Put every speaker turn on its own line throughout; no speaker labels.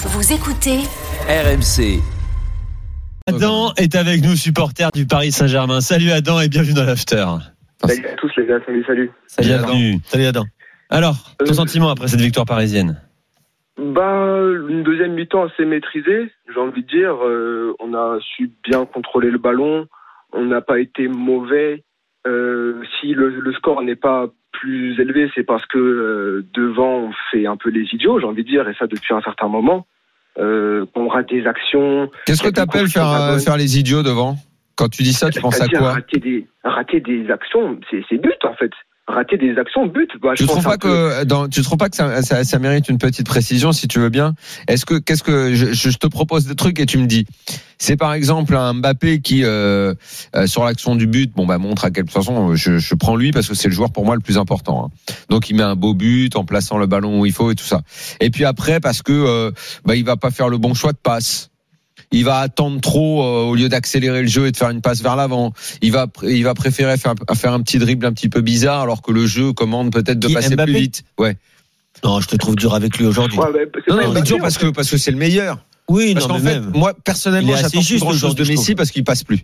Vous écoutez
RMC.
Adam est avec nous, supporter du Paris Saint-Germain. Salut Adam et bienvenue dans l'after.
Salut à tous les gars, salut, salut.
Salut Adam. Salut Adam. Alors, ton
Euh,
sentiment après cette victoire parisienne
Bah, une deuxième mi-temps assez maîtrisée, j'ai envie de dire. Euh, on a su bien contrôler le ballon, on n'a pas été mauvais. Euh, si le, le score n'est pas plus élevé, c'est parce que euh, devant, on fait un peu les idiots, j'ai envie de dire, et ça depuis un certain moment. Euh, qu'on rate des actions,
Qu'est-ce que
Quelques
t'appelles
courses
faire,
sur la
euh,
bonne.
faire les idiots devant Quand tu dis ça, Ah, tu penses à euh,
c'est-à-dire
quoi
rater des, rater des actions, c'est c'est but en fait. Rater des actions, but. Bah,
Tu
je
trouves
pense
pas
un peu-
que dans, tu trouves pas que ça, ça, ça mérite une petite précision si tu veux bien Est-ce que qu'est-ce que je, je te propose des trucs et tu me dis C'est par exemple un Mbappé qui euh, euh, sur l'action du but, bon bah montre à quelle de toute façon je, je prends lui parce que c'est le joueur pour moi le plus important. hein. Donc il met un beau but en plaçant le ballon où il faut et tout ça. Et puis après parce que euh, bah il va pas faire le bon choix de passe. Il va attendre trop euh, au lieu d'accélérer le jeu et de faire une passe vers l'avant. Il va, pr- il va préférer faire, faire un petit dribble un petit peu bizarre alors que le jeu commande peut-être de
Qui,
passer
Mbappé
plus vite. Ouais.
Non, je te trouve dur avec lui aujourd'hui.
Ouais, bah, c'est
Non, non,
pas
mais
Mbappé,
dur
en
parce
fait.
que parce que c'est le meilleur.
Oui,
Parce
non,
qu'en
mais
fait,
même.
moi
Il est
personnellement,
assez
j'attends plus
juste
grand chose de
aujourd'hui, je
Messi parce qu'il passe plus.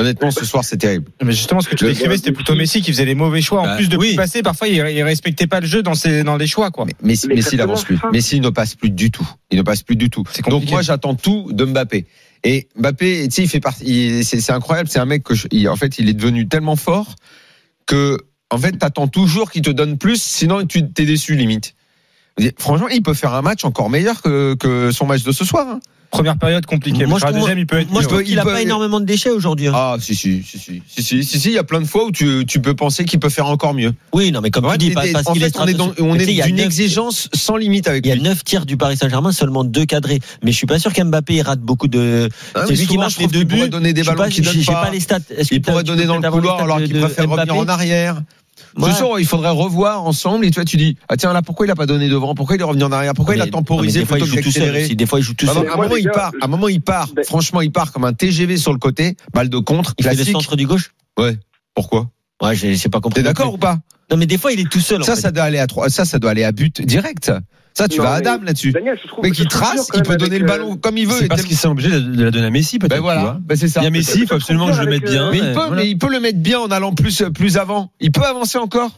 Honnêtement, ce soir, c'est terrible.
Mais justement, ce que tu
Le-
décrivais, c'était plutôt Messi qui faisait les mauvais choix.
Bah,
En plus de
oui.
plus passer, parfois, il, il respectait pas le jeu dans, ses, dans les choix, quoi.
Mais Messi,
Mais
Messi n'avance plus.
exactement ça.
Messi ne passe plus du tout. Il ne passe plus du tout.
C'est
Donc
compliqué.
moi, j'attends tout de Mbappé. Et Mbappé, tu sais, il fait partie. il- C'est c'est incroyable. C'est un mec que, je- il- en fait, il est devenu tellement fort que, en fait, t'attends toujours qu'il te donne plus. Sinon, tu t'es déçu limite. Franchement, il peut faire un match encore meilleur que, que son match de ce soir. hein.
Première période compliquée.
Moi,
mais
je
sur la
trouve-
deuxième, il peut être
Moi, je
mieux,
trouve
peut-
qu'il a
il peut-
pas énormément de déchets aujourd'hui. hein.
Ah, si, si, si, si, si, si, si, si, il y a plein de fois où tu, tu peux penser qu'il peut faire encore mieux.
Oui, non, mais comme
Ouais,
tu dis,
et-
pas-
et-
parce
en
qu'il
fait,
est
on est dans,
stratosphérique.
on
Tu
est
sais, il y a
d'une
neuf-
exigence sans limite avec
Il y a
lui.
9 tirs du Paris Saint-Germain, seulement 2 cadrés. Mais je suis pas sûr qu'Mbappé rate beaucoup de.
Hein,
c'est lui qui
souvent,
marque
je trouve
les deux
qu'il pourrait
buts.
donner des
Je sais
ballons
pas,
qu'il donne
j'ai- j'ai
pas.
pas les stats. Est-ce que
Il
t'as-
pourrait
tu
donner
peux
dans le
peut-être avoir
couloir alors
les stats de-
qu'il
de
préfère revenir
Mbappé
en arrière.
Ouais.
Toujours, il faudrait revoir ensemble et toi tu dis ah tiens là pourquoi il a pas donné devant pourquoi il est revenu en arrière pourquoi
Mais-
il a temporisé
non, mais
plutôt
des fois, il
que
joue tout seul. aussi.
d'accélérer
Des fois, il joue tout
Ah non,
seul.
à un
Moi,
moment
les
il
gars,
part à un moment il part
Ben-
franchement il part comme un TGV sur le côté balle de contre
Il fait le
classique
centre du gauche.
pourquoi
Ouais, j'ai j'ai pas
t'es
compris. non
d'accord
plus.
ou pas
Non, mais des fois, il est tout seul. en
ça
fait.
ça doit aller à trois ça ça doit aller à but direct ça tu
Non,
vas à
mais-
Adam là-dessus
Daniel, je trouve
mais
je
qui
trouve dur
trace il
quand même
peut
avec,
donner le
euh,
ballon comme il veut
C'est
et
parce
tel-
qu'ils sont obligés de, de la donner à Messi, peut-être.
ben
tu
voilà
vois.
ben c'est ça
Il y a Messi, il faut absolument que je le mette bien.
Mais il,
euh,
peut,
voilà.
mais il peut le mettre bien en allant plus, plus avant. Il peut avancer encore.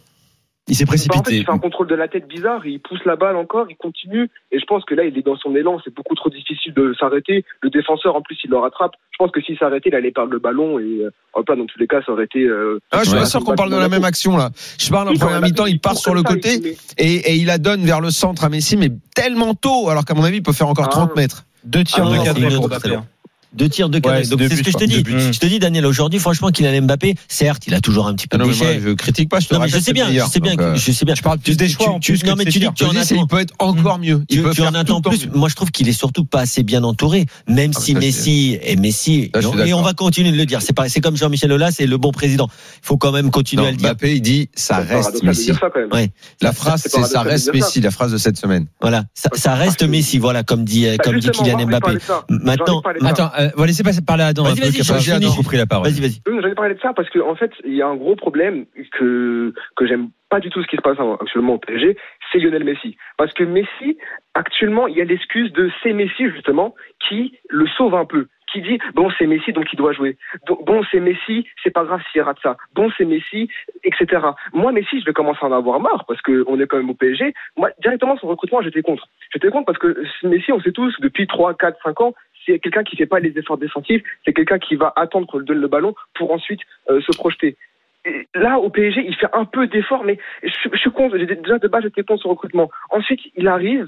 Ah,
Il s'est
Bah, en fait, il
précipité.
fait un contrôle de la tête bizarre, il pousse la balle encore, il continue, et je pense que là, il est dans son élan, c'est beaucoup trop difficile de s'arrêter. Le défenseur, en plus, il le rattrape. Je pense que s'il s'arrêtait, il allait perdre le ballon, et euh, en plein, dans tous les cas, ça aurait été. euh,
Ah, je suis
Ouais.
pas sûr qu'on parle de la même action là. Je parle en
oui,
première
quand
mi-temps,
même,
il part
court
sur le
comme ça,
côté
il- mais-
et, et il la donne vers le centre à Messi, mais tellement tôt, alors qu'à mon avis, il peut faire encore
Ah.
30 mètres.
Deux
Ah,
tirs de
non, c'est une
cadré pour
autre,
Mbappé.
c'est Deux tirs, deux cadrés.
c'est
Donc,
deux
c'est ce
buts,
que je te
quoi.
dis.
Deux buts.
Je te dis, Daniel, aujourd'hui, franchement, qu'il allait Mbappé, certes, il a toujours un petit peu
Ah
de
non, mais moi,
déchets.
je critique pas, je te
Non, mais
rappelle
je sais
que
bien,
c'est le
je sais bien,
meilleur. Donc,
que-
euh,
je sais bien.
Je parle plus des choix en
tu-
plus.
non,
que
mais
de
tu
ses
dis
tirs.
que tu en
je dis, c'est-
attends.
il peut être encore mieux. Il
Tu,
peut
tu en
faire
attends
tout le temps
plus.
mieux.
Moi, je trouve qu'il est surtout pas assez bien entouré, même
Ah,
si
ça, c'est-
Messi est Messi.
Ça, je
et,
suis
on,
d'accord.
et on va continuer de le dire. C'est pas, c'est comme Jean-Michel Aulas, c'est le bon président. Il faut quand même continuer
Non, bah-
à le dire.
Mbappé, il dit, ça
c'est
reste
paradoxal de
Messi.
dire ça, quand même.
Ouais.
La phrase, c'est ça
paradoxal de
reste
dire ça.
Messi, la phrase de cette semaine.
Voilà, ça, ça reste
Ah,
Parce que-
Messi. Voilà, comme dit, euh,
Bah,
comme dit
justement,
Kylian
moi,
Mbappé.
j'ai envie de parler de ça.
Maintenant-
J'ai envie de parler de ça.
Attends, euh, on va laisser passer- parler à Adam.
Vas-y,
un peu,
vas-y,
qui a
je-
pas-
je
qui a
finis.
pas compris la parole.
Vas-y, vas-y.
Oui, mais j'allais parler de ça parce qu'en en fait, il y a un gros problème que, que j'aime pas du tout ce qui se passe en- actuellement au PSG, c'est Lionel Messi. Parce que Messi, actuellement, il y a l'excuse de c'est Messi, justement, qui le sauve un peu. Qui dit, bon, c'est Messi, donc il doit jouer. Bon, bon, c'est Messi, c'est pas grave s'il rate ça. Bon, c'est Messi, etc. Moi, Messi, je vais commencer à en avoir marre parce qu'on est quand même au PSG. Moi, directement, son recrutement, j'étais contre. J'étais contre parce que Messi, on sait tous, depuis 3, 4, 5 ans, c'est quelqu'un qui fait pas les efforts défensifs, c'est quelqu'un qui va attendre qu'on lui donne le ballon pour ensuite euh, se projeter. Et là, au PSG, il fait un peu d'efforts, mais je, suis- je suis contre. Déjà, de base, j'étais contre son recrutement. Ensuite, il arrive,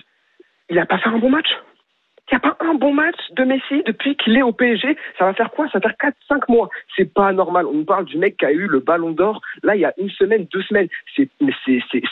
il a pas fait un bon match. Il n'y a pas un bon match de Messi depuis qu'il est au PSG. Ça va faire quoi Ça va faire 4-5 mois. C'est pas normal. On nous parle du mec qui a eu le ballon d'or, là, il y a une semaine, deux semaines. C'est, mais c'est, c'est,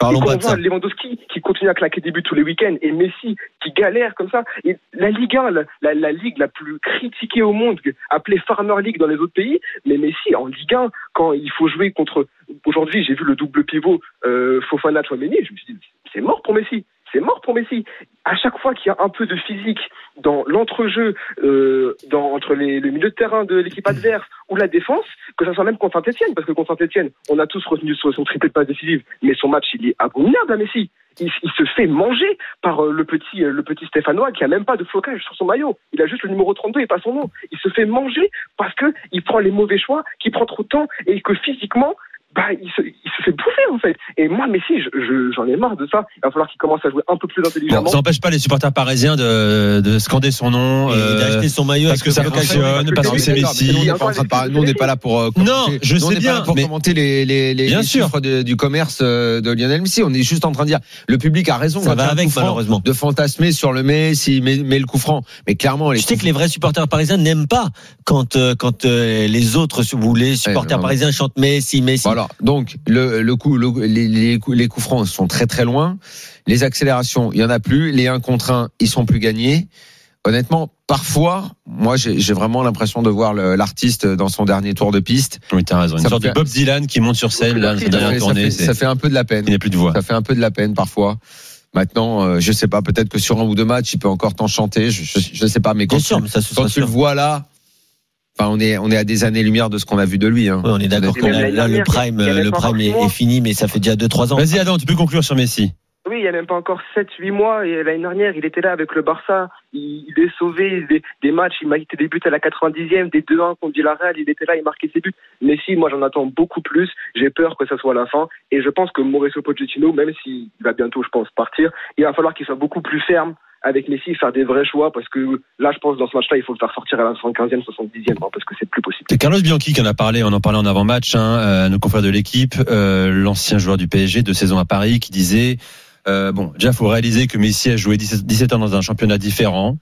Parlons
et quand
pas
on
de ça.
voit Lewandowski qui continue à claquer des buts tous les week-ends et Messi qui galère comme ça. Et la Ligue 1, la, la- la ligue la plus critiquée au monde, appelée Farmer League dans les autres pays, mais Messi en Ligue 1, quand il faut jouer contre. Aujourd'hui, j'ai vu le double pivot euh, Fofana Chouameni, je me suis dit, c'est mort pour Messi. C'est mort pour Messi. À chaque fois qu'il y a un peu de physique dans l'entrejeu, euh, dans, entre les, le milieu de terrain de l'équipe adverse ou la défense, que ça soit même contre Saint-Etienne, parce que contre Saint-Etienne, on a tous retenu son, son triplé de passe décisive, mais son match, il est abominable à Messi. Il, il se fait manger par euh, le petit, euh, le petit Stéphanois qui a même pas de flocage sur son maillot. Il a juste le numéro 32 et pas son nom. Il se fait manger parce que il prend les mauvais choix, qu'il prend trop de temps et que physiquement, bah, il se, il se fait bouffer en fait. Et moi, Messi, je- je- j'en ai marre de ça. Il va falloir qu'il commence à jouer un peu plus
Bon,
intelligemment.
ça n'empêche pas les supporters parisiens de, de scander son nom.
Et
euh,
d'acheter son maillot
parce que ça
avec le
fonctionne,
Barça.
parce
Non,
que
mais
c'est
d'accord, mais
Messi.
nous, on n'est pas en train de parler- nous, on n'est pas là pour. euh,
Non,
commenter.
je
Nous, on
sais
n'est pas
bien,
là pour
mais-
commenter les, les, les,
Bien
les
sûr.
chiffres de- du commerce euh, de Lionel Messi. On est juste en train de dire le public a raison
Ça
quand il y a
va
un
avec,
coup franc,
malheureusement.
de fantasmer sur le Messi, mais, mais le coup franc. Mais clairement, les
Je sais
coups
que les vrais supporters parisiens n'aiment pas quand euh, quand euh, les autres si vous voulez supporters
vraiment.
parisiens chantent Messi Messi.
Voilà. Donc le, le coup, le- les, les, coups, les coups francs sont très très loin. Les accélérations, il y en a plus. Les 1 contre 1, ils sont plus gagnés. Honnêtement, parfois, moi j'ai j'ai vraiment l'impression de voir le- l'artiste dans son dernier tour de piste.
Oui, t'as raison. Une
Ça
sorte
fait-
de Bob Dylan qui monte sur scène là, cette
Ça
dernière
fait, ça
tournée.
fait-
c'est-
ça fait un peu de la peine.
Il n'y a plus de voix.
Ça fait un peu de la peine parfois. Maintenant, euh, je sais pas. Peut-être que sur un ou deux matchs, il peut encore t'enchanter. Je, je, je sais pas. Mais quand,
Bien sûr,
tu,
mais ça se
quand tu le vois là, enfin, on est on est à des années lumière de ce qu'on a vu de lui. Hein.
Ouais, on est d'accord
Et
que
même
là,
l'année
là, le
dernière,
prime,
il y
euh,
avait
le
pas
prime est,
forcément-
est fini, mais ça fait déjà 2-3 ans.
Vas-y, Adam, tu peux conclure sur Messi.
Oui, il n'y a même pas encore 7-8 mois. Et l'année dernière, il était là avec le Barça. Il, il est sauvé des, des matchs. Il marquait des buts à la 90e, des 2-1 contre Villarreal. Il était là, il marquait ses buts. Mais si, moi, j'en attends beaucoup plus. J'ai peur que ça soit la fin. Et je pense que Mauricio Pochettino, même s'il va bientôt, je pense, partir, il va falloir qu'il soit beaucoup plus ferme avec Messi, faire des vrais choix. Parce que là, je pense, dans ce match-là, il faut le faire sortir à la 75e, 70e, hein, parce que c'est plus possible.
C'est Carlos Bianchi qui en a parlé, on en parlait en avant-match, hein, euh, nos confrères de l'équipe, euh, l'ancien joueur du PSG de saison à Paris, qui disait, euh, bon, déjà faut réaliser que Messi a joué 17, 17 ans dans un championnat différent,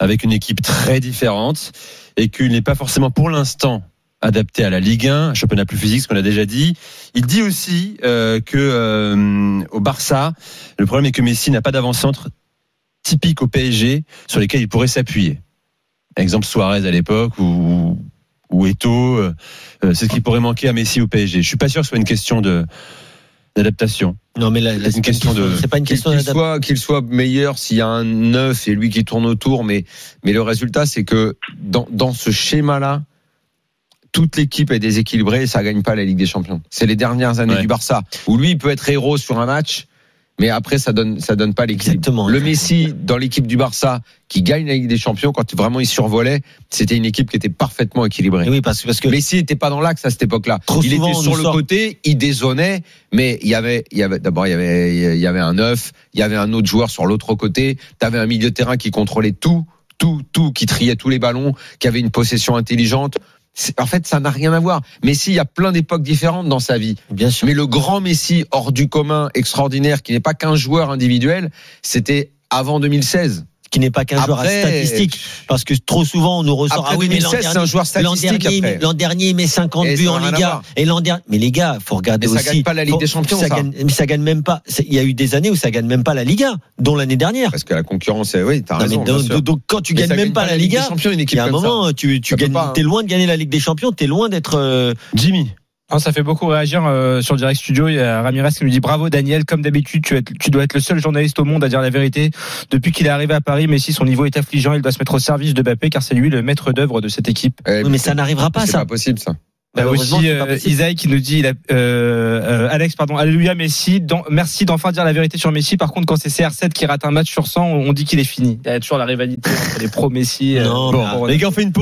avec une équipe très différente, et qu'il n'est pas forcément pour l'instant adapté à la Ligue 1, un championnat plus physique, ce qu'on a déjà dit. Il dit aussi euh, que euh, au Barça, le problème est que Messi n'a pas d'avant-centre typique au PSG sur lesquels il pourrait s'appuyer. Exemple Suarez à l'époque ou ou Eto, euh, euh, c'est ce qui pourrait manquer à Messi au PSG. Je suis pas sûr que ce soit une question de d'adaptation.
Non mais là, là,
C'est une question de-
c'est pas une
Qu'il
question
qu'il
d'adaptation.
soit, qu'il soit meilleur s'il y a un 9 et lui qui tourne autour, mais, mais le résultat, c'est que dans, dans ce schéma-là, toute l'équipe est déséquilibrée et ça gagne pas la Ligue des Champions. C'est les dernières années
Ouais.
du Barça où lui il peut être héros sur un match, mais après ça donne ça donne pas l'équilibre.
Exactement.
Le Messi dans l'équipe du Barça qui gagne la Ligue des Champions quand vraiment il survolait, c'était une équipe qui était parfaitement équilibrée.
Et Oui, parce que parce que
Messi n'était pas dans l'axe à cette époque-là.
Trop
il
souvent,
était
on
sur
nous
le
sort-
côté, il dézonnait, mais il y avait, il y avait d'abord il y avait, il y avait un neuf, il y avait un autre joueur sur l'autre côté. T'avais un milieu de terrain qui contrôlait tout, tout, tout, qui triait tous les ballons, qui avait une possession intelligente. C'est- En fait, ça n'a rien à voir. Messi, il y a plein d'époques différentes dans sa vie.
bien sûr.
Mais le grand Messi hors du commun, extraordinaire, qui n'est pas qu'un joueur individuel, c'était avant 2016.
qui n'est pas qu'un joueur à
Après-
statistique parce que trop souvent on nous ressort
Après
ah oui mais l'an
2016, c'est un
dernier
joueur
l'an
statistique.
dernier,
après.
l'an dernier, il met 50
Et
buts
ça
en
n'a rien à
Liga
voir.
et l'an dernier mais les gars faut regarder
Mais ça
aussi
gagne pas la Ligue
Faut-
des Champions, ça.
gagne- mais ça gagne même pas C'est- il y a eu des années où ça gagne même pas la Liga dont l'année dernière
Parce que la concurrence, est- oui, t'as
Non, mais
raison.
donc-
bien sûr.
donc, donc, quand tu
Mais
gagnes
ça
même
gagne
pas la
Ligue des
Liga
Champions, une
il y
équipe
a un
comme ça.
moment tu tu
Ça peut
gagnes
pas, hein.
t'es loin de gagner la Ligue des Champions t'es loin d'être euh,
Jimmy,
Non, Ah, ça fait beaucoup réagir euh, sur le Direct Studio. Il y a Ramirez qui nous dit bravo Daniel, comme d'habitude, tu, es- tu dois être le seul journaliste au monde à dire la vérité. Depuis qu'il est arrivé à Paris, Messi, son niveau est affligeant. Il doit se mettre au service de Mbappé car c'est lui le maître d'œuvre de cette équipe.
Eh,
oui, euh, mais ça n'arrivera pas
C'est
ça
pas possible ça.
Il y a
Malheureusement,
aussi
c'est pas
euh,
possible.
Isaïe qui nous dit, il a- euh, euh, Alex, pardon, Alléluia Messi, dans- merci d'enfin dire la vérité sur Messi. Par contre, quand c'est CR7 qui rate un match sur 100, on on dit qu'il est fini. Il y a toujours la rivalité entre les pro Messi. euh,
Non, bah,
bon,
mais-
bon,
les gars, on fait une pause.